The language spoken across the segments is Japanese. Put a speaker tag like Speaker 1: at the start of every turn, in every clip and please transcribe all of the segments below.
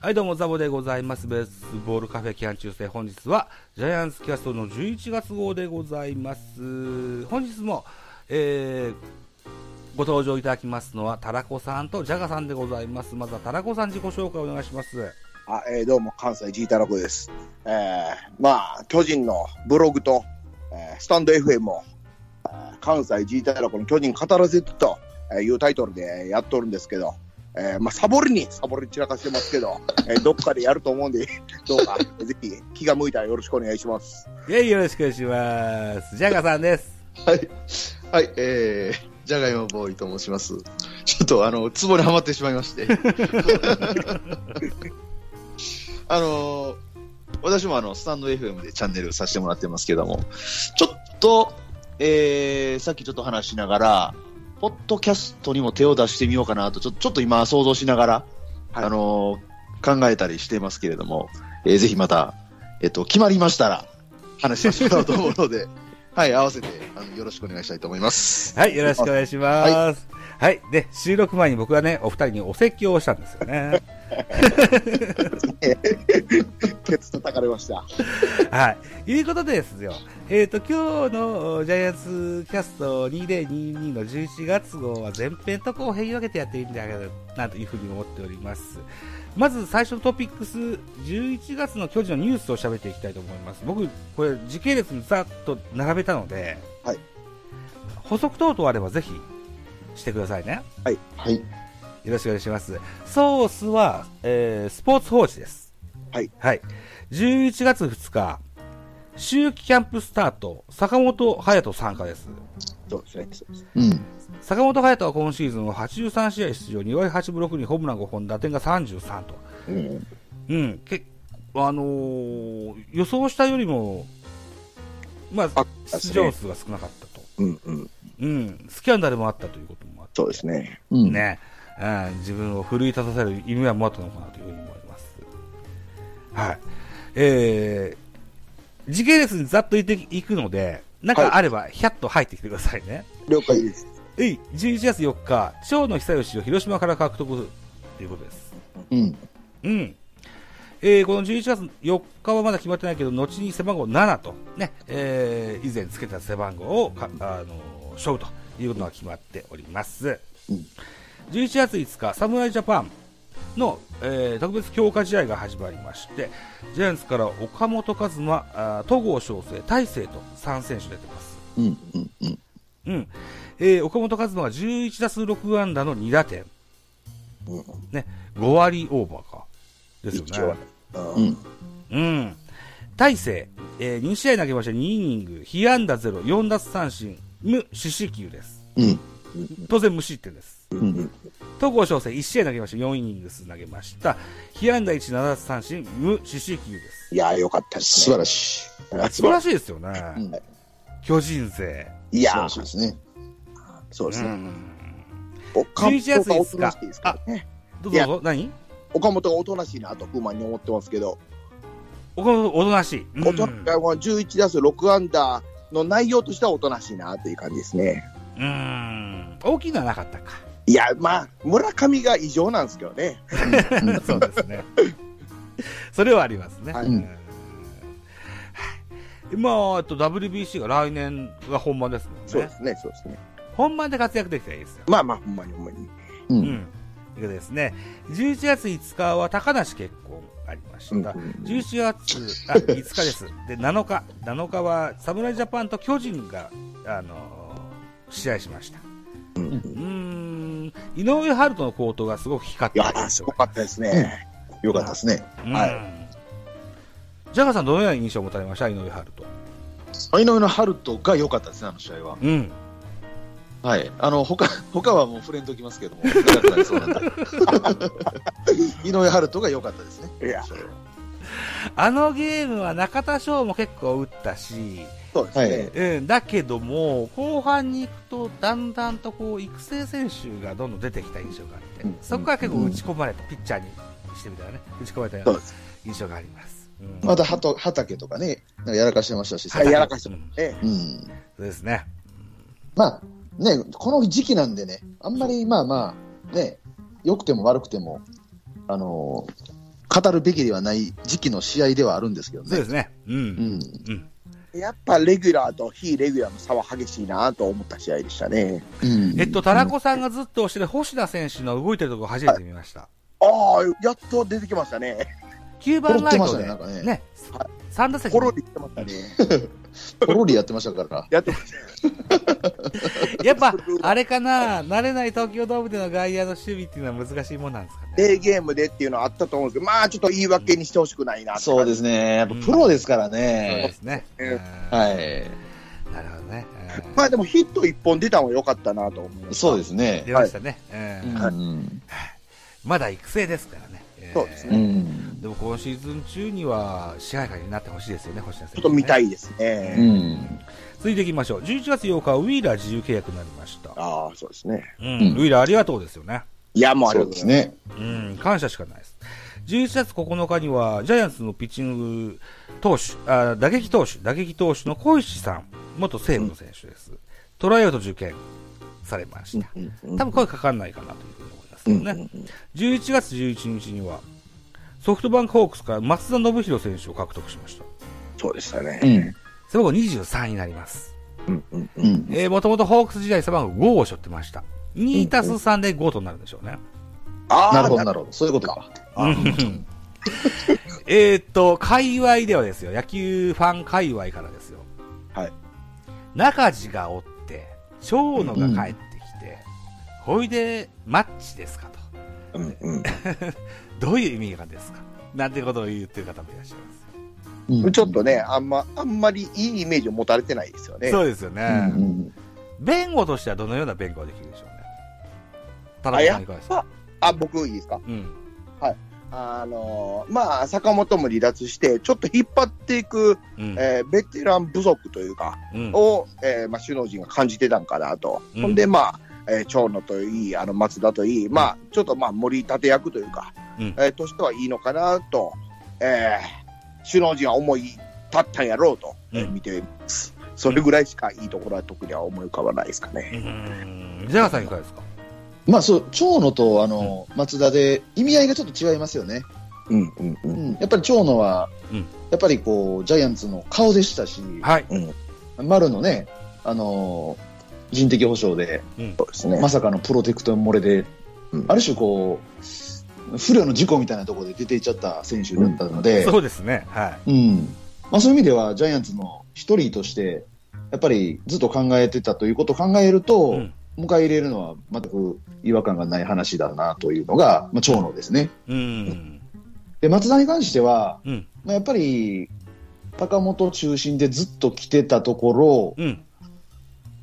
Speaker 1: はい、どうも、ザボでございます。ベースボールカフェ期間中世、本日は、ジャイアンツキャストの11月号でございます。本日も、えー、ご登場いただきますのは、タラコさんとジャガさんでございます。まずは、タラコさん自己紹介お願いします。
Speaker 2: あえーどうも、関西ジータラコです。えーまあ、巨人のブログと、えースタンド FM を、えー関西ジータラコの巨人語らせてとえーいうタイトルでやっとるんですけど、えーまあ、サボりに、サボり散らかしてますけど、えーどっかでやると思うんで、 どうか、ぜひ、気が向いたらよろしくお願いします。
Speaker 1: イェイ、よろしくお願いします。ジャガさんです。
Speaker 3: はい。はい、えー、じゃがいもボーイと申します。ちょっと、あの、ツボにはまってしまいまして。あのー私もあの、スタンド FM でチャンネルさせてもらってますけども、ちょっと、えー、さっきちょっと話しながら、ポッドキャストにも手を出してみようかなと、ちょちょっと今想像しながら、
Speaker 2: はい
Speaker 3: あのー考えたりしてますけれども、えーぜひまた、えっ、と、決まりましたら、話させてもらおうと思うので、はい、合わせてあのよろしくお願いしたいと思います。
Speaker 1: はい、よろしくお願いします。はい、で、収録前に僕はね、お二人にお説教をしたんですよね。
Speaker 2: ケツ叩かれました。
Speaker 1: はい。いうことでですよ。えっ、と、今日のジャイアンツキャスト2022の11月号は前編と後編に分けてやっていいんじゃないかなというふうに思っております。まず最初のトピックス、11月の巨人のニュースを喋っていきたいと思います。僕、これ時系列にざっと並べたので、
Speaker 2: はい
Speaker 1: 補足等々あればぜひしてくださいね。
Speaker 3: はい。
Speaker 1: よろしくお願いします。ソースは、えースポーツ報知です。
Speaker 2: はい。
Speaker 1: はい。11月2日、秋季キャンプスタート、坂本勇人参加です。
Speaker 2: そうですね。そうですね
Speaker 3: うん。
Speaker 1: 坂本勇人は今シーズンは83試合出場、2割8分6にホームラン5本、打点が33と。
Speaker 3: うん、
Speaker 1: うん、けあのー予想したよりも、まあ、
Speaker 2: あ
Speaker 1: 出場数が少なかったと。
Speaker 2: うんうん。
Speaker 1: うん、スキャンダルもあったということもあって
Speaker 2: そうですね。
Speaker 3: うん。
Speaker 1: ね、うん、自分を奮い立たせる意味はもあったのかなというふうに思います。はい。えー、時系列にざっと言っていくので、なんかあれば、ひゃっと入ってきてくださいね。
Speaker 2: 了解です。
Speaker 1: えい、11月4日、長野久義を広島から獲得ということです。
Speaker 3: うん。
Speaker 1: うん。えーこの11月4日はまだ決まってないけど、後に背番号7と、ね、えー以前つけた背番号をか、あのー、勝負というのが決まっております。
Speaker 3: うん
Speaker 1: 11月5日、侍ジャパンの、えー特別強化試合が始まりまして、ジャイアンツから岡本和真、あー戸郷翔征、大勢と3選手出てます。
Speaker 3: うん。うん。うん。
Speaker 1: うん。えー岡本和真は11打数6安打の2打点。
Speaker 2: うん
Speaker 1: ね、5割オーバーか。ですよね。
Speaker 2: 一応はう
Speaker 3: うんん。
Speaker 1: うん。大勢、えー、2試合投げまして2イニング、被安打0、4奪三振、無四死球です。
Speaker 3: うん。
Speaker 1: 当然無失点です。
Speaker 2: うんうん
Speaker 1: 戸郷翔征、1試合投げまして4イニングス投げました。被安打1、7奪三振、無四死球です。
Speaker 2: いやー、よかったです、
Speaker 3: 素
Speaker 2: ね。
Speaker 3: 晴らし
Speaker 2: あ素
Speaker 1: 素
Speaker 2: 晴
Speaker 1: 晴
Speaker 2: ら
Speaker 1: ら
Speaker 2: し
Speaker 1: しいですよね。
Speaker 3: い。うん。素
Speaker 1: 巨人勢。
Speaker 2: い。い
Speaker 3: 晴
Speaker 2: や
Speaker 3: らしい
Speaker 2: ー、
Speaker 3: ですね。
Speaker 2: そうです
Speaker 1: う
Speaker 2: ね。
Speaker 1: ん
Speaker 2: 岡本
Speaker 1: 11月
Speaker 2: が
Speaker 1: 5
Speaker 2: おと
Speaker 1: 日
Speaker 2: なしいですからね。
Speaker 1: どうぞ
Speaker 2: いや
Speaker 1: どうぞ、何
Speaker 2: 岡本がおとなしいなと、不満に思ってますけど、
Speaker 1: 岡本、おとなしい。うん
Speaker 2: おと11打数6アンダーの内容としてはおとなしいなという感じですね。
Speaker 1: うん。大きいのはなかったか。
Speaker 2: いや、まあ、村上が異常なんですけどね。
Speaker 1: そうですね。 それはありますね。
Speaker 2: は
Speaker 1: はい
Speaker 2: い
Speaker 1: まあ、あと WBC が来年が本番です
Speaker 2: そ
Speaker 1: も
Speaker 2: うんで
Speaker 1: ね。
Speaker 2: すね、そうですね。
Speaker 1: 本番で活躍できたらいいですよ。
Speaker 2: まあまあ、ほんまにほんまに。
Speaker 1: う
Speaker 3: う。
Speaker 1: んん。ということですね。11月5日は高梨結婚ありました。
Speaker 2: うん
Speaker 1: 11月あ5日です。で、7日。7日は侍ジャパンと巨人が、あのー試合しました。
Speaker 2: うんうん
Speaker 1: う
Speaker 2: い
Speaker 1: ーん。井上春人の好投がすごく光って
Speaker 2: やー、すごかったですね。
Speaker 3: よかったですね。
Speaker 2: は
Speaker 1: うんジャガーさん、どのような印象を持たれました井上春人。
Speaker 3: 井上の春人が良かったですね、あの試合は。
Speaker 1: うん。
Speaker 3: はい。あの、他、他はもう触れんときますけども、 長くなりそうなんで。井上春人が良かったですね。
Speaker 2: いや、
Speaker 1: あのゲームは中田翔も結構打ったし、
Speaker 2: そうですね。
Speaker 1: うん、だけども、後半に行くと、だんだんとこう、育成選手がどんどん出てきた印象があって、
Speaker 3: うん
Speaker 1: そこが結構打ち込まれた、ピッチャーにしてみたらね、打ち込まれたよう
Speaker 2: そう
Speaker 1: な
Speaker 2: です
Speaker 1: 印象があります。うん
Speaker 3: また、はと、畑とかね、なんかやらかしてましたし、
Speaker 2: はい、やらかして
Speaker 1: う
Speaker 2: も
Speaker 1: ん
Speaker 2: ね。
Speaker 3: うん。
Speaker 1: そうですね。
Speaker 3: まあ、ね、この時期なんでね、あんまりまあまあ、ね、良くても悪くても、あのー語るべきではない時期の試合ではあるんですけど
Speaker 1: そう
Speaker 3: ね
Speaker 1: で。すね。う。
Speaker 3: うんん、
Speaker 1: うん。
Speaker 2: やっぱレギュラーと非レギュラーの差は激しいなと思った試合でしたね。
Speaker 3: うん
Speaker 1: えっと、タラコさんがずっと押してる星田選手の動いてるところ初めて見ました。
Speaker 2: ああ、やっと出てきましたね。
Speaker 1: 9
Speaker 3: ポ
Speaker 1: 番
Speaker 3: ロっ
Speaker 1: ラ
Speaker 3: て
Speaker 1: イ
Speaker 3: まし
Speaker 1: ト
Speaker 3: たね、
Speaker 1: で
Speaker 3: なん、かね。
Speaker 1: ね、3打席
Speaker 2: コロリしてましたね。
Speaker 3: ポロリやってましたから。
Speaker 2: やってましたね。
Speaker 1: やっぱ、あれかな、慣れない東京ドームでの外野の守備っていうのは難しいもんなんですかね。
Speaker 2: デーゲームでっていうのはあったと思うんですけど、まあちょっと言い訳にしてほしくないなって感じ
Speaker 3: そうですね。やっぱプロですから
Speaker 1: そうで
Speaker 3: ね。
Speaker 1: すね。
Speaker 2: うん
Speaker 1: うん
Speaker 3: はい。
Speaker 1: なるほどね。
Speaker 2: まあでもヒット1本出たのは良かったなと思います。。
Speaker 3: そうですす
Speaker 1: うん
Speaker 3: ね。
Speaker 1: 出ましたね。うん
Speaker 3: うん。
Speaker 1: まだ育成ですからね。
Speaker 2: そうです
Speaker 3: う
Speaker 2: ね
Speaker 3: ん。
Speaker 1: えーでも今シーズン中には支配下になってほしいですよね、星野選手、
Speaker 2: ちょっと見た
Speaker 1: い。
Speaker 2: いですね。
Speaker 3: うん。
Speaker 1: 続いていきましょう。11月8日、ウィーラー自由契約になりました。
Speaker 2: ああ、そうですね。
Speaker 1: うん、
Speaker 3: うん
Speaker 1: ウィーラーありがとうですよね。
Speaker 2: いや、もうあり
Speaker 3: そ
Speaker 2: が
Speaker 3: う
Speaker 2: とうご
Speaker 3: で
Speaker 2: ざ
Speaker 3: す
Speaker 2: います。
Speaker 3: ね。
Speaker 1: うん、感謝しかないです。11月9日には、ジャイアンツのピッチング投手、あ打撃投手、打撃投手の小石さん、元西武の選手です。トライアウト受験されました。多分声かかんないかなというふうに思いますけどね。11月11日には、ソフトバンクホークスから松田宣弘選手を獲得しました。
Speaker 2: そうでしたね。
Speaker 3: ん。
Speaker 1: 背番号23になります。
Speaker 3: うん。
Speaker 1: えー、もともとホークス時代背番号5を背負ってました。2たす3で5となるんでしょうね。
Speaker 2: ああ、
Speaker 3: なるほど、なるほど。そういうことか。
Speaker 1: えーっと、界隈ではですよ、野球ファン界隈からですよ。
Speaker 2: はい。
Speaker 1: 中地がおって、長野が帰ってきて、ほいで、マッチですかと。
Speaker 2: うんうん
Speaker 1: どういう意味なんですかなんてことを言ってる方もいらっしゃいます。
Speaker 3: うん
Speaker 2: ちょっとね、あんま、あんまりいいイメージを持たれてないですよね。
Speaker 1: そうですよね、
Speaker 3: うん
Speaker 1: 弁護としてはどのような弁護ができるでしょうね。田中さんに関しては。
Speaker 2: あ、僕いいですか
Speaker 1: うん。
Speaker 2: あのーまあ、坂本も離脱して、ちょっと引っ張っていく、
Speaker 1: うん。
Speaker 2: えーベテラン不足というか、
Speaker 1: うん。
Speaker 2: を、えーまあ、首脳陣が感じてたんかなと。
Speaker 1: うん
Speaker 2: ほんで、まあ、えー長野といい、あの、松田といい、まあ、ちょっとまあ、盛り立て役というか、
Speaker 1: うん
Speaker 2: えーとしてはいいのかなと、えー首脳陣は思い立ったんやろうと、えー
Speaker 1: うん
Speaker 2: 見ています。それぐらいしかいいところは特には思い浮かばないですかね。
Speaker 1: うん。ジャガさんいかがですか
Speaker 3: まあそう、長野とあの、松田で意味合いがちょっと違いますよね。
Speaker 2: うんうんう。
Speaker 3: うんん。やっぱり長野は
Speaker 1: うん、
Speaker 3: やっぱりこう、ジャイアンツの顔でしたし、
Speaker 1: はい。
Speaker 3: 丸のね、あのー、人的保障で、
Speaker 2: そうですね。
Speaker 3: まさかのプロテクト漏れで、
Speaker 2: うん
Speaker 3: ある種こう、不良の事故みたいなところで出ていっちゃった選手だったので、
Speaker 1: そうですね。は
Speaker 3: うんまあ、そういう意味ではジャイアンツの一人としてやっぱりずっと考えてたということを考えると、
Speaker 1: い。うん。
Speaker 3: 迎え入れるのは全く違和感がない話だなというのが、まあ、長野ですね。
Speaker 1: うん。
Speaker 3: で松田に関しては、
Speaker 1: うん。
Speaker 3: まあ、やっぱり高本中心でずっと来てたところ
Speaker 1: うん。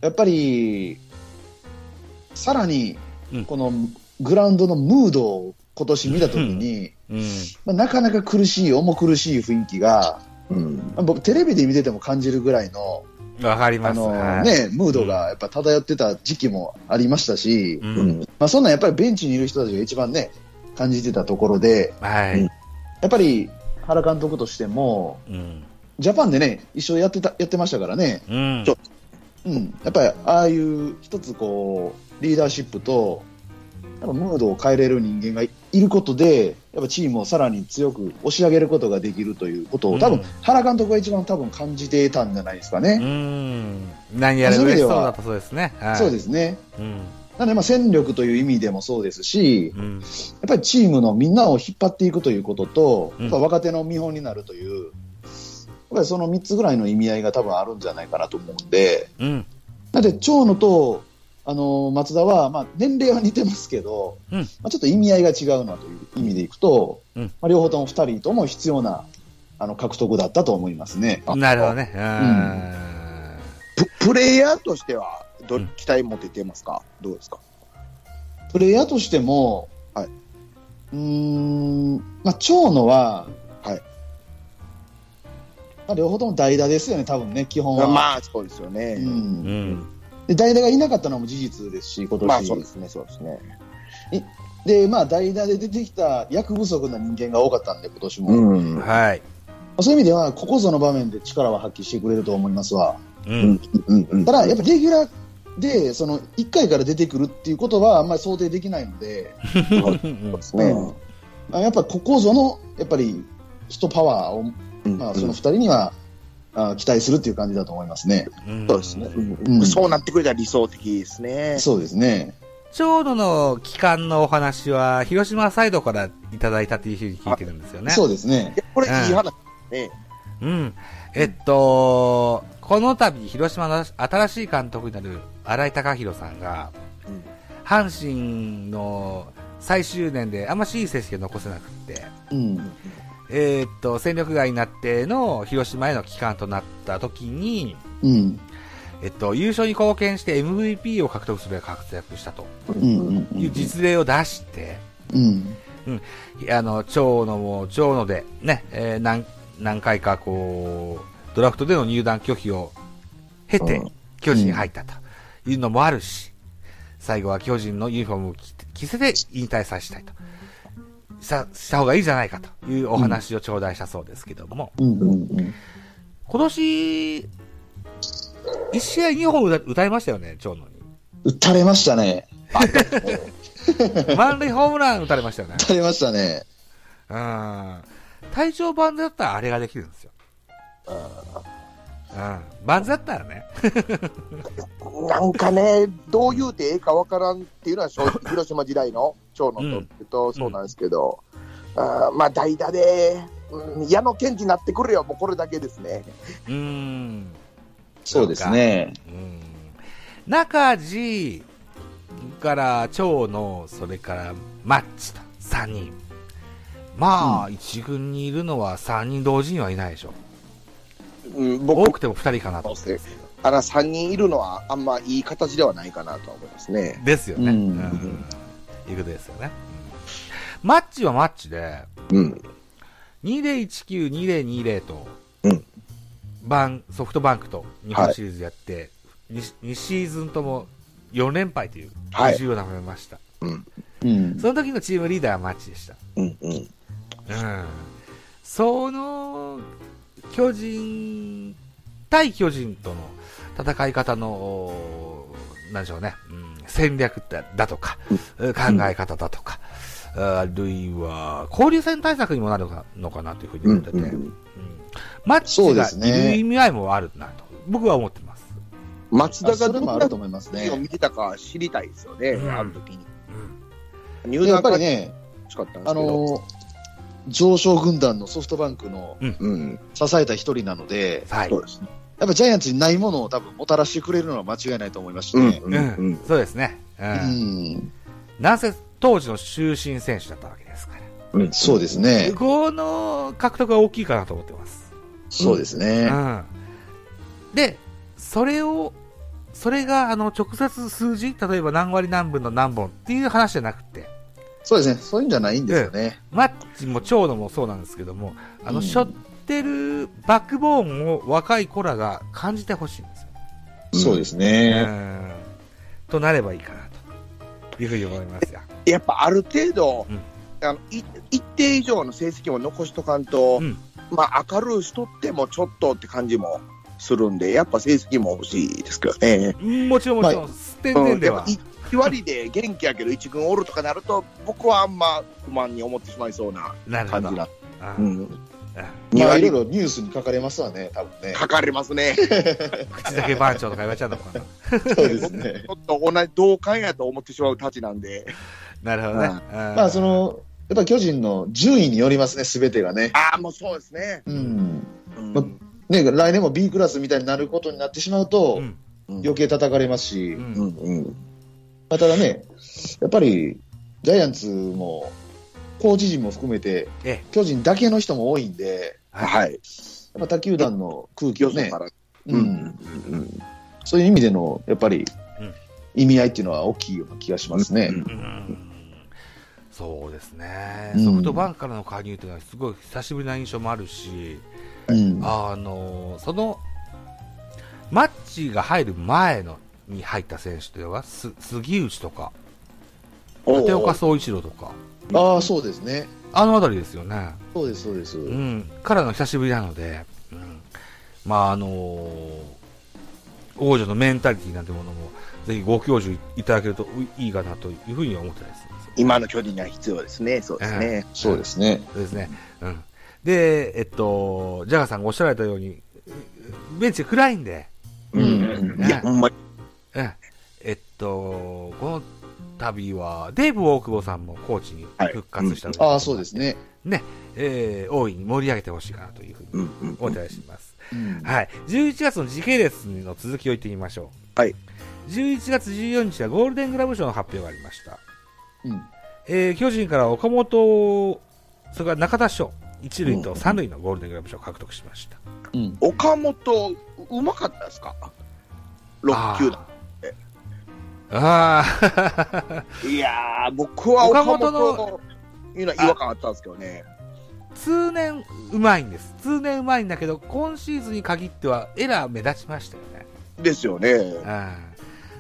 Speaker 3: やっぱりさらに
Speaker 1: うん
Speaker 3: このグラウンドのムードを今年見た時に、
Speaker 1: うん。
Speaker 3: まあ、なかなか苦しい重苦しい雰囲気が、
Speaker 2: うん。
Speaker 3: まあ僕テレビで見てても感じるぐらいの
Speaker 1: わかりま
Speaker 3: あ
Speaker 1: す。
Speaker 3: の
Speaker 1: はい。
Speaker 3: ね、ムードがやっぱ漂ってた時期もありましたし、
Speaker 1: う。
Speaker 2: うんん。
Speaker 3: まあ、そんなんやっぱりベンチにいる人たちが一番ね、感じてたところで、
Speaker 1: は
Speaker 2: う
Speaker 1: い
Speaker 2: ん。
Speaker 3: やっぱり原監督としても、
Speaker 1: うん。
Speaker 3: ジャパンでね、一緒やってたやってましたからね、
Speaker 1: うん
Speaker 2: ちょ。
Speaker 3: うん、やっぱりああいう一つこう、リーダーシップと、やっぱムードを変えれる人間がいることで、やっぱチームをさらに強く押し上げることができるということを、多
Speaker 1: う
Speaker 3: 分
Speaker 1: ん
Speaker 3: 原監督が一番多分感じてたんじゃないですか
Speaker 1: う
Speaker 3: ね。
Speaker 1: ん。何やら嬉しそうだったそうですね。はい。
Speaker 3: そうですね。
Speaker 1: うん。
Speaker 3: なので、まあ、戦力という意味でもそうですし、
Speaker 1: うん。
Speaker 3: やっぱりチームのみんなを引っ張っていくということと、
Speaker 1: うん
Speaker 3: やっぱ若手の見本になるという、やっぱりその3つぐらいの意味合いが多分あるんじゃないかなと思うんで、
Speaker 1: うん。
Speaker 3: なので、長野とあの松田は、まあ、年齢は似てますけど、
Speaker 1: うん
Speaker 3: まあ、ちょっと意味合いが違うなという意味でいくと、
Speaker 1: うん
Speaker 3: まあ、両方とも2人とも必要なあの獲得だったと思いますね。
Speaker 1: なるほどね。
Speaker 2: ププレイヤーとしては、ど、期待持ててますかどうですか
Speaker 3: プレイヤーとしても、
Speaker 2: はいう
Speaker 3: ーん、まあ、長野は、
Speaker 2: はい
Speaker 3: まあ、両方とも代打ですよね、多分ね、基本は。
Speaker 2: まあ、そうですよ
Speaker 3: う
Speaker 2: ね。
Speaker 1: うんん。うん。
Speaker 3: で代打がいなかったのも事実ですし、今年、
Speaker 2: まあ、そうですね、そうですね。
Speaker 3: でまあ、代打で出てきた役不足な人間が多かったんで、今年も、ま
Speaker 2: んは
Speaker 1: はい。
Speaker 3: あそういう意味では、ここぞの場面で力は発揮してくれると思いますわ、
Speaker 1: うん。
Speaker 2: うんうん
Speaker 3: ただ、やっぱりレギュラーで、その1回から出てくるっていうことは、あんまり想定できないので、
Speaker 1: うん
Speaker 2: ですね。
Speaker 3: あやっぱりここぞのやっぱり人パワーを、
Speaker 2: うん
Speaker 3: まあ、
Speaker 2: うん
Speaker 3: その2人には、あ期待するっていう感じだと思いますね。
Speaker 1: うん
Speaker 2: そうですね、
Speaker 3: うん
Speaker 2: そうなってくれたら理想的ですね。
Speaker 3: そうですね。
Speaker 1: 長野の帰還のお話は、広島サイドからいただいたというふうに聞いてるんですよね。
Speaker 3: そうですね
Speaker 2: い。やこれ、いい
Speaker 1: うん
Speaker 2: 話ね。
Speaker 1: うん。えっと、この度、広島の新しい監督になる新井貴弘さんが、
Speaker 2: うん
Speaker 1: 阪神の最終年であんましい成績が残せなくって、
Speaker 3: うん。
Speaker 1: えっと、戦力外になっての広島への帰還となった時に、
Speaker 3: うん。
Speaker 1: えっと、優勝に貢献して MVP を獲得する活躍したと
Speaker 3: うん。うん。
Speaker 1: いう実例を出して、
Speaker 3: うん。
Speaker 1: あの、長野も長野でね、えー何、何回かこう、ドラフトでの入団拒否を経て
Speaker 3: うん、
Speaker 1: 巨人に入ったというのもあるし、最後は巨人のユニフォームを着て着せて引退させたいと。さ、した方がいいじゃないかというお話を頂戴したそうですけども、
Speaker 3: うん。うん。
Speaker 1: 今年、1試合2本歌歌いましたよね、長野に。
Speaker 3: 打たれましたね。
Speaker 1: 満塁ホームラン打たれましたよね
Speaker 3: 打。たれましたね。
Speaker 1: うん体調万全だったらあれができるんですよ。うん。万全だったらね。
Speaker 2: なんかね、どう言うてええかわからんっていうのは正直、広島時代の長野ととそうなんですけど、あーまあ、代打で、うん矢野健二になってくれよ、もうこれだけですね。
Speaker 1: うん。
Speaker 3: そうですね。
Speaker 1: うん。中地から長野、それからマッチと3人。まあ、一軍にいるのは3人同時にはいないでしょ。
Speaker 2: うん、
Speaker 1: 多
Speaker 2: 僕、
Speaker 1: くても2人かなと。
Speaker 2: あら3人いるのはあんまいい形ではないかなとは思いますね。
Speaker 1: ですよね。う
Speaker 3: うんん。
Speaker 1: いうことですよね。うんマッチはマッチで、
Speaker 2: うん、
Speaker 1: 2019-2020と、
Speaker 2: うん
Speaker 1: バンソフトバンクと日本シリーズやって、に 2, シーズンとも4連敗という
Speaker 2: はい
Speaker 1: 重をなめました、
Speaker 3: うん。
Speaker 1: その時のチームリーダーはマッチでした、
Speaker 2: うん、うん。
Speaker 1: うん、その巨人対巨人との戦い方のおーなんでしょうね、うん、戦略だだとか、考え方だとか、あるいは交流戦対策にもなるのかのかなというふうに思ってて、
Speaker 2: うんうん
Speaker 1: うんマッチがいる意味合いもあるなと、僕は思ってます。
Speaker 2: 松田
Speaker 3: あ
Speaker 2: が
Speaker 3: そ
Speaker 2: ど
Speaker 3: れ
Speaker 2: ん
Speaker 3: もあ
Speaker 2: な
Speaker 3: ると思います
Speaker 2: 時を
Speaker 3: ね。
Speaker 2: 見てたか知りたいですよね、
Speaker 1: うん
Speaker 2: あの時に。
Speaker 1: うん
Speaker 2: 入
Speaker 3: や
Speaker 2: 団
Speaker 3: っぱ
Speaker 2: が
Speaker 3: り
Speaker 2: 欲
Speaker 3: ね、
Speaker 2: しかったんで
Speaker 3: あ
Speaker 2: すけど。
Speaker 3: の、上昇軍団のソフトバンクの
Speaker 2: うん、
Speaker 3: 支えた一人なので、
Speaker 1: はい
Speaker 2: そ。うですね。
Speaker 3: やっぱジャイアンツにないものを多分もたらしてくれるのは間違いないと思いますし
Speaker 2: うん
Speaker 3: ね。、
Speaker 2: うん、うん。
Speaker 1: そうですね。うん
Speaker 3: うん。
Speaker 1: なんせ当時の終身選手だったわけですから。
Speaker 2: うん、
Speaker 3: そうですね。
Speaker 1: この獲得は大きいかなと思ってます。
Speaker 3: そうです
Speaker 1: う
Speaker 3: ね。
Speaker 1: ん。で、それを、それが、あの、直接数字、例えば何割何分の何本っていう話じゃなくて、
Speaker 3: そうですね。そういうんじゃないんですよね。
Speaker 1: マッチも長野もそうなんですけども、あの、
Speaker 3: うん
Speaker 1: 背負ってるバックボーンを若い子らが感じてほしいんですよ。
Speaker 2: うん
Speaker 3: そうです
Speaker 1: う
Speaker 3: ね。
Speaker 1: ん。となればいいかなというふうに思いますよ。
Speaker 2: やっぱある程度、
Speaker 1: うん
Speaker 2: あのい一定以上の成績を残しとかんと、
Speaker 1: うん
Speaker 2: まあ、明るいしとってもちょっとって感じもするんで、やっぱ成績も欲しいですけどね。
Speaker 1: もちろんもちろん、ステンテンで
Speaker 2: やっ
Speaker 1: は
Speaker 2: ぱ。1割で元気やけど、1軍おるとかなると、僕はあんま不満に思ってしまいそうな
Speaker 1: なるほ
Speaker 2: 感
Speaker 1: ど。
Speaker 2: じな、
Speaker 1: あ
Speaker 2: うん、2
Speaker 3: まあ、い
Speaker 2: 割
Speaker 3: ろいろニュースに書かれますわね、多分ね。
Speaker 2: かかりますね、
Speaker 1: 口だけ番長とか言われちゃうのかな。
Speaker 3: そうですね
Speaker 2: ち。ょっと同じ同感やと思ってしまうたちなんで、
Speaker 1: なるほどね。うん
Speaker 3: まあ、その、やっぱ巨人の順位によりますね、すべてがね。
Speaker 2: ああ、もうそうですね。
Speaker 3: うん。
Speaker 2: うん
Speaker 3: まね、来年も B クラスみたいになることになってしまうと、
Speaker 1: うん
Speaker 3: 余計叩かれますし、
Speaker 1: うん
Speaker 2: うんうん
Speaker 3: まあ、ただね、やっぱりジャイアンツも、コーチ陣も含めて
Speaker 1: ええ、
Speaker 3: 巨人だけの人も多いんで、
Speaker 1: はい。
Speaker 2: はい、
Speaker 3: やっぱ他球団の空気
Speaker 2: 予
Speaker 3: を
Speaker 2: 想
Speaker 3: ね
Speaker 2: か、ら、
Speaker 3: う
Speaker 2: うん
Speaker 3: ん、そういう意味での、やっぱり
Speaker 1: うん、
Speaker 3: 意味合いっていうのは大きいような気がしますね。
Speaker 2: うん
Speaker 1: うんそうですね、
Speaker 3: うん
Speaker 1: ソフトバンクからの加入というのはすごい久しぶりな印象もあるし、
Speaker 3: うん
Speaker 1: あのそのマッチが入る前のに入った選手というのはす杉内とか立岡総一郎とか
Speaker 3: ああ、そうですね。
Speaker 1: あの辺りですよね、
Speaker 3: そうです、そうです。
Speaker 1: うん、からの久しぶりなので、うんまああのー王女のメンタリティなんてものも、ぜひご教授いただけるといいかなというふうには思ってたりするんですよ。
Speaker 2: 今の巨人には必要ですね。そうですね。
Speaker 4: そうですね。
Speaker 1: そうですね。うん。で、えっと、ジャガーさんがおっしゃられたように、ベンチ暗いんで、
Speaker 4: うん
Speaker 1: うん
Speaker 2: いや、ほんまに。
Speaker 1: うん。えっと、この度は、デーブ大久保さんもコーチに復活した、
Speaker 4: ああ、そうです。ね。
Speaker 1: えー、大いに盛り上げてほしいかなというふう
Speaker 2: う
Speaker 1: に
Speaker 2: んうん
Speaker 1: お願いします。
Speaker 4: うん
Speaker 1: はい。11月の時系列の続きを言ってみましょう。
Speaker 2: はい。
Speaker 1: 11月14日はゴールデングラブ賞の発表がありました。
Speaker 4: うん
Speaker 1: えー巨人から岡本、それから中田翔、一塁と三塁のゴールデングラブ賞を獲得しました。
Speaker 4: うん
Speaker 2: 岡本、うまかったですか ?6 球団。
Speaker 1: ああ、
Speaker 2: いやー、僕は岡本
Speaker 1: 岡
Speaker 2: の、いうのは違和感あったんですけどね。
Speaker 1: 通年うまいんです。通年うまいんだけど、今シーズンに限ってはエラー目立ちましたよね。
Speaker 2: ですよね。
Speaker 1: うん。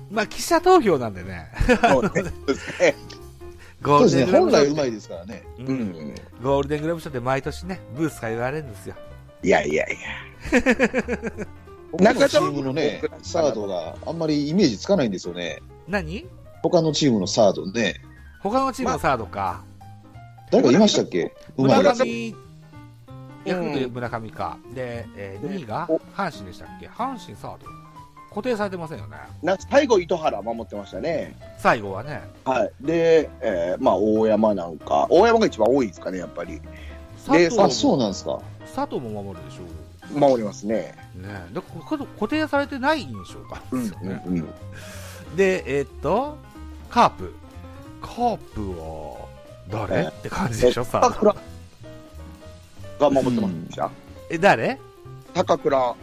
Speaker 1: まあ、記者投票なんでね。
Speaker 2: そうねそうですね。
Speaker 1: ゴ
Speaker 4: そうですね。本来
Speaker 1: 賞
Speaker 4: うまいですからね。
Speaker 1: う
Speaker 2: うんん。
Speaker 1: ゴールデングラブ賞って毎年ね、ブースが言われるんですよ。
Speaker 2: いやいやい
Speaker 4: 他の
Speaker 2: 中
Speaker 4: チ
Speaker 2: 田
Speaker 4: ームのね、サードがあんまりイメージつかないんですよね。
Speaker 1: 何
Speaker 4: 他のチームのサードね。
Speaker 1: 他のチームのサードか。
Speaker 4: 誰かいましたっけうまい
Speaker 1: 村
Speaker 4: やつ。
Speaker 1: 上、ヤクルトで村上か。で、えー、2位が阪神でしたっけ阪神サード。固定されてませんよね。
Speaker 2: や。なんか最後、糸原守ってましたね。
Speaker 1: 最後はね。
Speaker 2: はい。で、えーまあ、大山なんか、大山が一番多いですかね、やっぱり。
Speaker 1: 佐藤も
Speaker 4: あ、そうなんですか。
Speaker 1: 佐藤も守るでしょう。
Speaker 2: 守りますね。
Speaker 1: ねえ、だからここ固定されてない印象があるんですよね。
Speaker 2: うん。
Speaker 1: で、えーっと、カープ。カープは誰、
Speaker 2: え
Speaker 1: って感じでしょ、
Speaker 2: 高
Speaker 1: さ。
Speaker 2: 倉が守ってました。
Speaker 1: え、誰
Speaker 2: 高倉、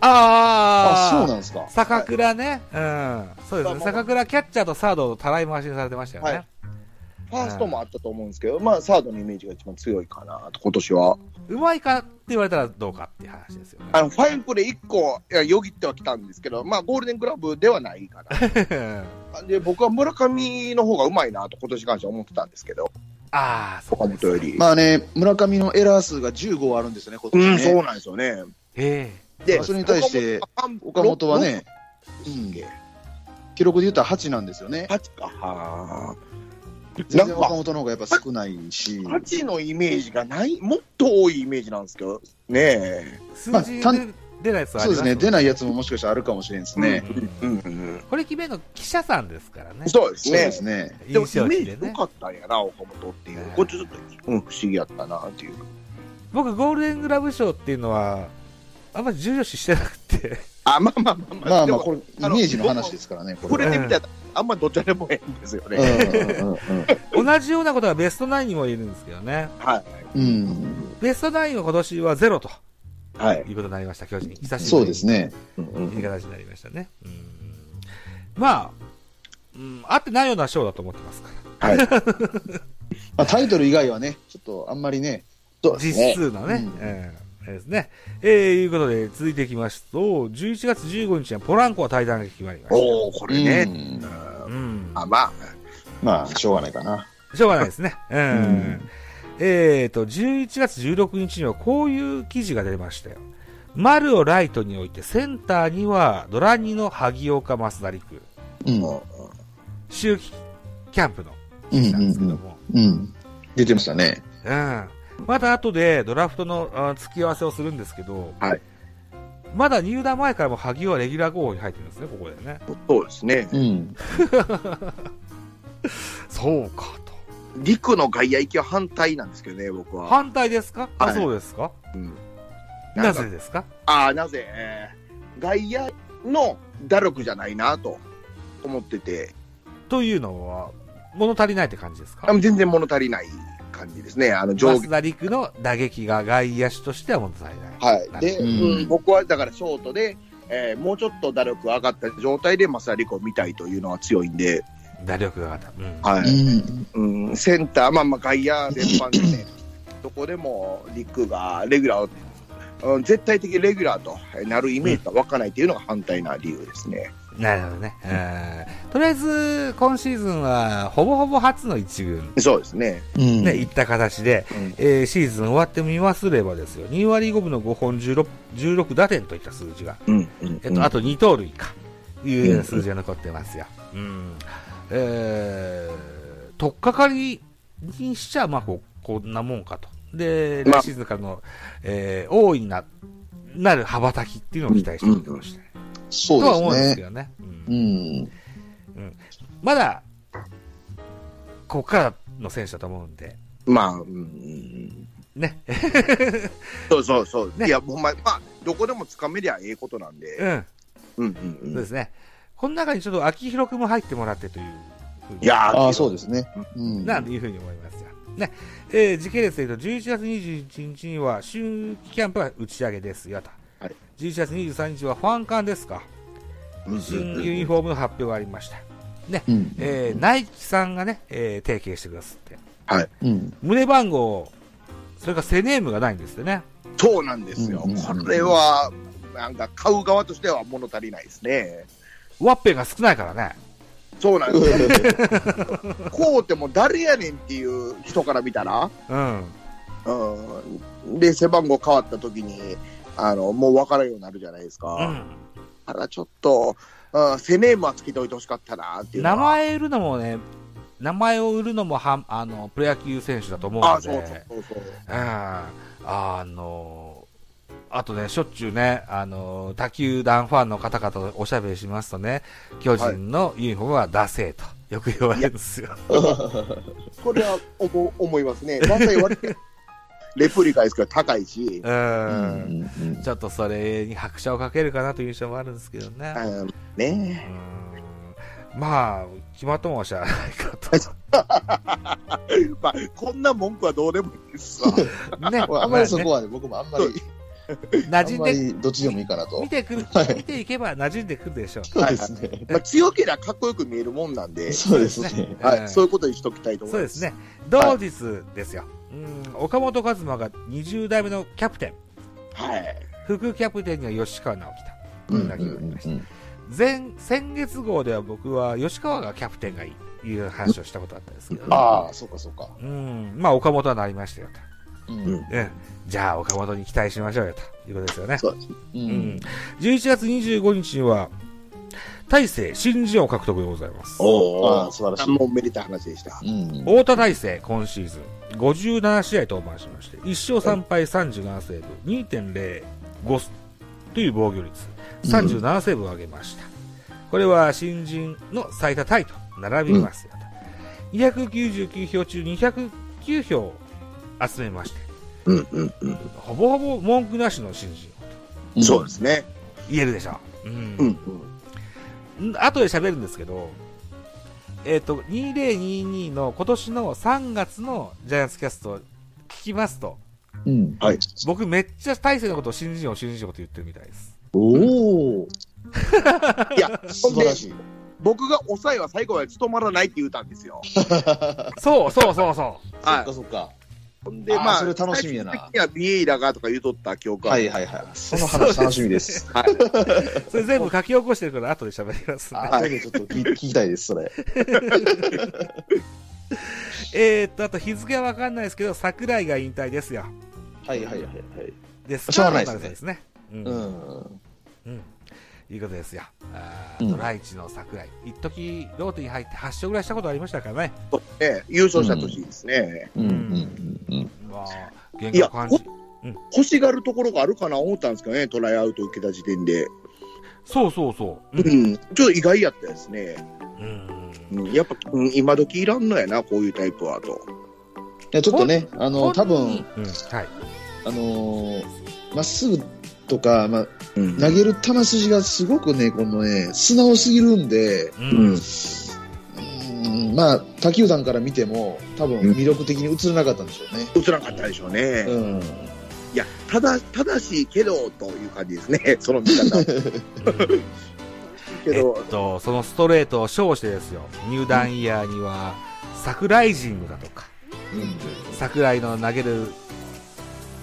Speaker 4: あ、
Speaker 1: ああ
Speaker 4: そうなんですか。
Speaker 1: 坂倉ね、うん。そうですね。
Speaker 2: まあ
Speaker 1: 坂倉キャッチャーとサードをたらい回しにされてましたよね。
Speaker 2: はいファーストもあったと思うんですけど、まあ、サードのイメージが一番強いかなと、今年は。
Speaker 1: うまいかって言われたらどうかっていう話ですよね。
Speaker 2: あの、ファインプレー1個、いやよぎってはきたんですけど、まあ、ゴールデングラブではないか な。で、僕は村上の方がうまいなと、今年に関しては思ってたんですけど、
Speaker 1: ああ、そう
Speaker 2: 岡
Speaker 1: です
Speaker 2: 本より。
Speaker 4: まあね、村上のエラー数が15あるんですよね、今
Speaker 2: うん、
Speaker 4: 年
Speaker 2: そ
Speaker 4: ね。
Speaker 2: うなんですよね。
Speaker 1: ええ
Speaker 2: で
Speaker 4: それに対して、岡本はね、うん記録で言ったら8なんですよね。
Speaker 2: 8か。はな
Speaker 4: 全
Speaker 2: ん
Speaker 4: 然岡
Speaker 2: か、
Speaker 4: 本の方がやっぱ少ないし、
Speaker 2: 8のイメージがない、もっと多いイメージなんですけど、ね
Speaker 1: 数
Speaker 4: まあ
Speaker 1: 字で
Speaker 4: 単
Speaker 1: 出ないやつはあ
Speaker 4: そうで
Speaker 1: りますすよ
Speaker 4: ね、出ないやつももしかしたらあるかもしれんです
Speaker 2: え。
Speaker 4: ね。
Speaker 2: うんうんうん
Speaker 1: これ決めるの記者さんですからね。
Speaker 2: そうです
Speaker 4: そうで
Speaker 2: ね。
Speaker 4: すね。
Speaker 2: でも
Speaker 1: 印
Speaker 2: イ
Speaker 1: 象
Speaker 2: メ
Speaker 1: 値
Speaker 2: ー
Speaker 1: で
Speaker 2: ジ良
Speaker 1: ね。
Speaker 2: かったんやな、岡本っていう
Speaker 1: ね。
Speaker 2: こっちちょっと、うん、不思議やったな、っていう。
Speaker 1: 僕、ゴールデングラブ賞っていうのは、あんまり重要視してなくて、
Speaker 2: あ、まあまあまあまあ。
Speaker 4: まあまあ、
Speaker 2: でも
Speaker 4: これ、イメージの話ですからね、こ
Speaker 2: 触
Speaker 4: れ
Speaker 2: れてみたら、あんまどちらでもええんですよね。
Speaker 4: は。
Speaker 1: 同じようなことがベストナインにも言えるんですけどね。
Speaker 2: はい。
Speaker 4: うんうんうんうん
Speaker 1: ベストナインは今年はゼロと
Speaker 2: はい。
Speaker 1: いうことになりました、巨人。久しぶりに
Speaker 4: そうですね。
Speaker 2: うんうん
Speaker 1: いい形になりましたね。うんまあ、うん、合ってないような賞だと思ってますから。
Speaker 4: まあ、タイトル以外はね、ちょっとあんまりね、
Speaker 2: そうです
Speaker 1: 実
Speaker 2: ね。
Speaker 1: 数のね。
Speaker 4: うん
Speaker 1: ええあれですね。ええいうことで、続いていきますと、11月15日にはポランコは対談が決まりまし
Speaker 2: おおこ
Speaker 4: う
Speaker 2: れね。
Speaker 4: ん
Speaker 1: た。うん。
Speaker 2: あ、まあ。
Speaker 4: まあ、しょうがないかな。
Speaker 1: しょうがないですね。 うん。
Speaker 4: ん
Speaker 1: えっ、と、11月16日にはこういう記事が出ましたよ。丸をライトに置いて、センターにはドラニの萩岡増田陸、
Speaker 4: うん。
Speaker 1: 秋季キャンプの
Speaker 4: うん
Speaker 1: 記事なんですけども、
Speaker 4: うん。出てましたね。
Speaker 1: うん。まだ後でドラフトのあ付き合わせをするんですけど、
Speaker 2: はい
Speaker 1: まだ入団前からも萩尾はレギュラー候補に入ってるんですね、ここでね。
Speaker 2: そうですね。
Speaker 4: うん。
Speaker 1: そうかと。
Speaker 2: 陸の外野行きは反対なんですけどね、僕は。
Speaker 1: 反対ですかあ、
Speaker 2: はい
Speaker 1: そうですか
Speaker 2: うん
Speaker 1: なぜですか
Speaker 2: ああ、なぜ、えー外野の打力じゃないなと思ってて、
Speaker 1: というのは、物足りないって感じですか
Speaker 2: あ全然物足りない感じですね、あの上
Speaker 1: 増
Speaker 2: 下。
Speaker 1: 田陸の打撃が外野手としては物足りない。
Speaker 2: はい。で、
Speaker 4: うん
Speaker 2: うん僕はだからショートで、えーもうちょっと打力上がった状態で、マサリコを見たいというのは強いんで、
Speaker 1: 打力が上がった。うん。
Speaker 2: は
Speaker 4: う
Speaker 2: い。
Speaker 4: ん。
Speaker 2: うん、センター、まあまあ外野全般でね、 どこでも陸がレギュラーを、うん絶対的レギュラーとなるイメージが湧かないというのが反対な理由ですね。
Speaker 1: なるほどね。うんとりあえず、今シーズンは、ほぼほぼ初の一軍、
Speaker 2: そうですね。
Speaker 4: うん
Speaker 1: ね、いった形で、
Speaker 2: うん
Speaker 1: えーシーズン終わってみますればですよ、2割5分の5本16、16打点といった数字が、
Speaker 2: うん。うん
Speaker 1: えっと、あと2盗塁か、いうような数字が残ってますよ。うん。えー、とっかかりにしちゃ、まあ、ここんなもんかと。で、
Speaker 2: まあ
Speaker 1: 来シーズンからの、えー、大いな、なる羽ばたきっていうのを期待していてほしい。
Speaker 3: そ
Speaker 1: とは思
Speaker 3: う
Speaker 1: うんで
Speaker 3: ですす
Speaker 1: け
Speaker 3: ね。
Speaker 1: どね。うん
Speaker 4: うん。
Speaker 1: まだ、ここからの選手だと思うんで、
Speaker 2: まあ、うんうん。
Speaker 1: ね。
Speaker 2: そうそうそう。
Speaker 1: ね
Speaker 2: いや、ほんま、まあ、どこでもつかめりゃええことなん
Speaker 1: う
Speaker 2: で。
Speaker 1: ん、
Speaker 2: うんう
Speaker 1: そうん
Speaker 2: う
Speaker 1: で
Speaker 2: ん。
Speaker 1: すね。この中にちょっと秋広くんも入ってもらってというふうに。
Speaker 2: いやー
Speaker 4: ああ、そうですね。うん。
Speaker 1: なんていうふうに思いますよ。ね。えー時系列で言うと、11月21日には、秋季キャンプは打ち上げですよと。
Speaker 2: はい
Speaker 1: 11月23日はファンカンですか。
Speaker 2: うんうん
Speaker 1: 新ユニフォームの発表がありました。
Speaker 4: うん。
Speaker 1: えーナイキさんがね、えー提携してくださって。
Speaker 4: うん。
Speaker 1: 胸番号、それからセネームがないんですよね。
Speaker 2: そうなんですよ。
Speaker 4: うんうんうん
Speaker 2: これは、なんか買う側としては物足りないですね。
Speaker 1: ワッペンが少ないからね。
Speaker 2: そうなんです よ。こうても誰やねんっていう人から見たら、
Speaker 1: うん。
Speaker 2: うん、で、背番号変わった時に、あの、もう分からんようになるじゃないですか。
Speaker 1: うん。
Speaker 2: ただちょっと、うん、セネームはつけておいてほしかったなっていうの
Speaker 1: 名
Speaker 2: は。
Speaker 1: 前売るのもね、名前を売るのもはんあのプロ野球選手だと思う
Speaker 2: あ
Speaker 1: の
Speaker 2: あ、
Speaker 1: で、
Speaker 2: そうそうそうそう。
Speaker 1: うんあのあとね、しょっちゅうね、あの他球団ファンの方々とおしゃべりしますとね、巨人のユニフォームはダセーと、よく言われるんですよ。
Speaker 2: これは思う思いますね。ダサい割に レプリカですけど高いし、
Speaker 1: うん
Speaker 4: うん
Speaker 1: ちょっとそれに拍車をかけるかなという印象もあるんですけどね。
Speaker 2: うん、ね
Speaker 1: うんまあ、決まったもんはしゃあないかと。
Speaker 2: まあ、こんな文句はどうでもいいですわ。
Speaker 1: ね、
Speaker 4: あんまりそこはね、僕もあんまり、
Speaker 1: 馴
Speaker 4: あん
Speaker 1: 染ん
Speaker 4: ま
Speaker 1: で
Speaker 4: りどっちでもいいかなと
Speaker 1: 見。てくる、
Speaker 4: はい
Speaker 1: 見ていけば馴染んでくるでしょう。
Speaker 4: そうですね。
Speaker 2: まあ、強ければかっこよく見えるもんなんで、
Speaker 4: そうですね。
Speaker 2: はい
Speaker 1: えー
Speaker 2: そういうことにしときたいと思
Speaker 1: そ
Speaker 2: いうま。
Speaker 1: ですすね。同日ですよ。うん、岡本和真が20代目のキャプテン。
Speaker 2: はい。
Speaker 1: 副キャプテンには吉川直樹
Speaker 4: う
Speaker 1: と。
Speaker 4: ん
Speaker 1: なりました
Speaker 4: うん
Speaker 1: 前、先月号では僕は吉川がキャプテンがいい。いう話をしたことあったんですけど、
Speaker 4: ああ、そうかそうか。
Speaker 1: うん、まあ岡本はなりましたよと。
Speaker 4: うん。
Speaker 1: うん、じゃあ岡本に期待しましょうよということですよね。
Speaker 4: う
Speaker 1: うんん。11月25日には、大勢新人王獲得でございます。
Speaker 2: お
Speaker 4: ああ、素晴らしい。
Speaker 2: もうめでた話でした。
Speaker 4: うん。
Speaker 1: 太田大勢、今シーズン57試合登板しまして、1勝3敗37セーブ、2.05という防御率、37セーブを挙げました。これは新人の最多タイと並びますよと。299票中209票を集めまして、
Speaker 2: うんうんうん。
Speaker 1: ほぼほぼ文句なしの新人
Speaker 4: うん
Speaker 2: そうですね。
Speaker 1: と言えるでしょう。うん
Speaker 2: うんうん。
Speaker 1: ん後で喋るんですけど、えっ、と、2022の今年の3月のジャイアンツキャスト聞きますと、
Speaker 4: うん。
Speaker 2: はい。
Speaker 1: 僕めっちゃ大勢のことを新人王、新人王と言ってるみたい です。
Speaker 4: おお、
Speaker 2: いや、
Speaker 4: 素
Speaker 2: ほん
Speaker 4: 晴
Speaker 2: で
Speaker 4: ら、しい。
Speaker 2: 僕が抑えは最後まで務まらないって言ったんですよ。
Speaker 1: そうそうそうそ
Speaker 4: そ
Speaker 2: は
Speaker 4: っかそっか。
Speaker 2: い。
Speaker 4: あーそれ楽しみやな
Speaker 2: 最終的にはビエイラがとか言うとった記憶は
Speaker 4: はいはいはい。その話楽しみです。
Speaker 1: う。それ全部書き起こしてるから後で喋りますんで。
Speaker 4: あ、後でちょっと聞聞きたいです、それ。
Speaker 1: えっと、あと日付はわかんないですけど、桜井が引退ですよ。
Speaker 4: はいはいはいはい。
Speaker 1: で、ス
Speaker 4: しょうがない
Speaker 1: タ
Speaker 4: で
Speaker 1: ー
Speaker 4: すね
Speaker 1: にるそうですね。うん
Speaker 4: うん。
Speaker 1: うん。いうことですよ。あ
Speaker 4: う
Speaker 1: ー
Speaker 4: ん
Speaker 1: ドライチの桜井。一時ローテに入って8勝ぐらいしたことありましたからね。
Speaker 2: ね、優勝した年ですね。
Speaker 4: うんうんうんうん。
Speaker 1: まあ、現
Speaker 2: い
Speaker 1: 状
Speaker 2: や
Speaker 1: 感じ。
Speaker 2: 欲しがるところがあるかな思ったんですけどね、トライアウト受けた時点で。
Speaker 1: そうそうそう。う
Speaker 2: うんん。ちょっと意外やったですね。
Speaker 1: うん
Speaker 2: うん、やっぱ、うん、今時いらんのやな、こういうタイプはと。
Speaker 4: いや、ちょっとね、あの、多分、
Speaker 1: うん、はい。
Speaker 4: あのーまっすぐとか、まあ、
Speaker 2: うん
Speaker 4: 投げる球筋がすごくね、このね、素直すぎるんで、
Speaker 1: う。
Speaker 2: うん
Speaker 4: う
Speaker 2: ん。
Speaker 4: ん、まあ、他球団から見ても、多分魅力的に映らなかったんでしょうね。
Speaker 2: 映らなかったでしょうね。
Speaker 4: うん。
Speaker 2: いや、ただ、正しいけど、という感じですね。 その見方は。け
Speaker 1: え
Speaker 2: ど、
Speaker 1: っと、そのストレートを称してですよ、入団イヤーには、桜井ジングだとか、桜井の投げる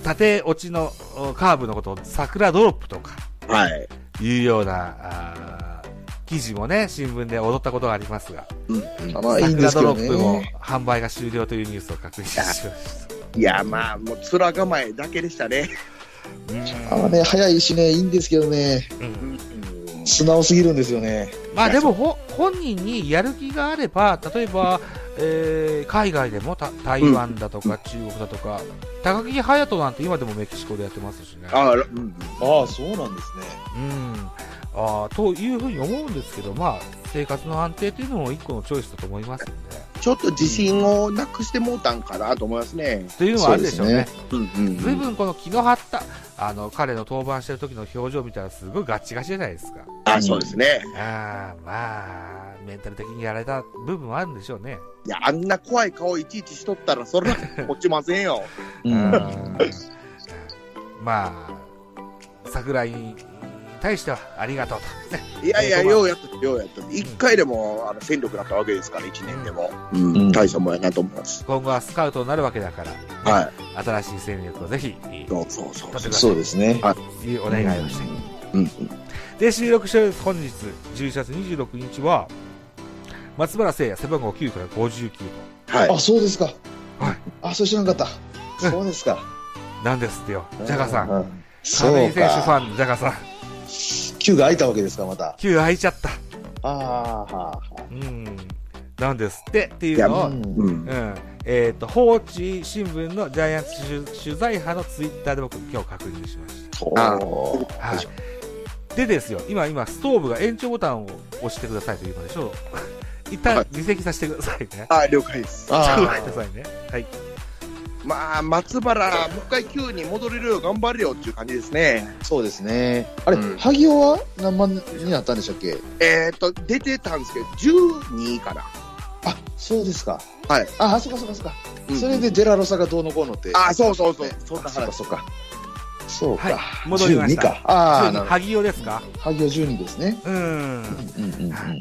Speaker 1: 縦落ちのおカーブのことを桜ドロップとか、
Speaker 2: はい。
Speaker 1: いうような、あー記事もね、新聞で踊ったことがありますが、
Speaker 3: あまあいいんですけ
Speaker 1: ドロ
Speaker 3: ど
Speaker 1: ップも
Speaker 3: ね。
Speaker 1: 販売が終了というニュースを確認しました。
Speaker 2: いや、まあ、もう面構えだけでしたね。
Speaker 3: あまあね、早いしね、いいんですけどね、
Speaker 1: うん
Speaker 3: 素直すぎるんですよね。
Speaker 1: まあでもほ、本人にやる気があれば、例えば、えー海外でもた台湾だとか中国だとか、高木隼人なんて今でもメキシコでやってますしね。
Speaker 2: ああ、うん。
Speaker 5: ああ、そうなんですね。
Speaker 1: うん、あーというふうに思うんですけど、まあ、生活の安定というのも一個のチョイスだと思いますんで。
Speaker 2: ちょっと自信をなくしてもうたんかなと思いますね。
Speaker 1: というのはあるでしょうね。
Speaker 2: うんうん
Speaker 1: ずいぶんこの気の張った、あの、彼の登板してる時の表情見たらすごいガッチガチじゃないですか。
Speaker 2: あそうですね。
Speaker 1: あーまあ、メンタル的にやられた部分はあるんでしょうね。
Speaker 2: いや、あんな怖い顔いちいちしとったら、それは落ちませんよ。
Speaker 3: う
Speaker 1: うん
Speaker 3: ん。
Speaker 1: まあ、桜井に対してはありがとうと。ね
Speaker 2: いやいや、
Speaker 1: うん
Speaker 2: ようやった、ようやった。一回でも、あの、戦力だったわけですから、一年でも。うん
Speaker 3: うん
Speaker 2: 大したもんやなと思います。
Speaker 1: 今後はスカウトになるわけだから、
Speaker 2: は
Speaker 1: 新しい戦略をぜひ、え
Speaker 2: い。
Speaker 1: ー
Speaker 2: そうそうそ
Speaker 1: 取って
Speaker 2: う。
Speaker 1: ください
Speaker 3: そうですね。
Speaker 1: というお願いをして。
Speaker 2: うんうん
Speaker 1: で、収録して本日、11月26日は、松原聖也、背番号9から59と。
Speaker 2: はい。
Speaker 3: あ、そうですか。
Speaker 1: はい
Speaker 3: あ、そう知らなかっ
Speaker 1: う
Speaker 3: た。
Speaker 1: ん
Speaker 3: そうですか。
Speaker 1: なんですってよ、ジャガさん。
Speaker 3: う。うん
Speaker 1: 亀
Speaker 3: そ
Speaker 1: 井
Speaker 3: う
Speaker 1: 選手フ
Speaker 3: か。
Speaker 1: ァン、ジャガさん。
Speaker 3: 球が空いたわけですか、また。
Speaker 1: 9空いちゃった。
Speaker 3: ああ、は
Speaker 1: うん。なんですって、っていうの
Speaker 3: あ。
Speaker 1: を
Speaker 3: う、ん
Speaker 2: うん。
Speaker 1: うん。えっ、と、放置新聞のジャイアンツ取取材派のツイッターで僕今日確認しまし
Speaker 2: あ
Speaker 3: おー
Speaker 1: た。はい。でですよ、今、今、ストーブが延長ボタンを押してくださいというので しょう。一
Speaker 2: は
Speaker 1: 旦
Speaker 2: い、
Speaker 1: 離席させてくださいね。
Speaker 2: あ了解です。
Speaker 1: ちょっ と
Speaker 3: あ
Speaker 1: 待ってくださいね。はい。
Speaker 2: まあ、松原、もう一回9に戻れるよう頑張れよっていう感じですね。
Speaker 3: ーそうですね。あれ、
Speaker 2: うん
Speaker 3: 萩尾は何番になったんでしたっけ
Speaker 2: えーっと、出てたんですけど、12位かな。
Speaker 3: あ、そうですか。
Speaker 2: はい。
Speaker 3: あ、あそうかそうかそうか。
Speaker 2: うん
Speaker 3: それで、ジェラロサがどうのこうのって。
Speaker 2: あそうそうそう
Speaker 3: ね。
Speaker 2: そんな
Speaker 3: そうか
Speaker 2: 話。
Speaker 3: そうか。そう
Speaker 1: は
Speaker 3: か。
Speaker 1: い戻りました
Speaker 3: 12か。ああ、なるほど。
Speaker 1: 萩尾ですか
Speaker 3: 萩尾12ですね。
Speaker 1: うん。
Speaker 3: うんうんうん。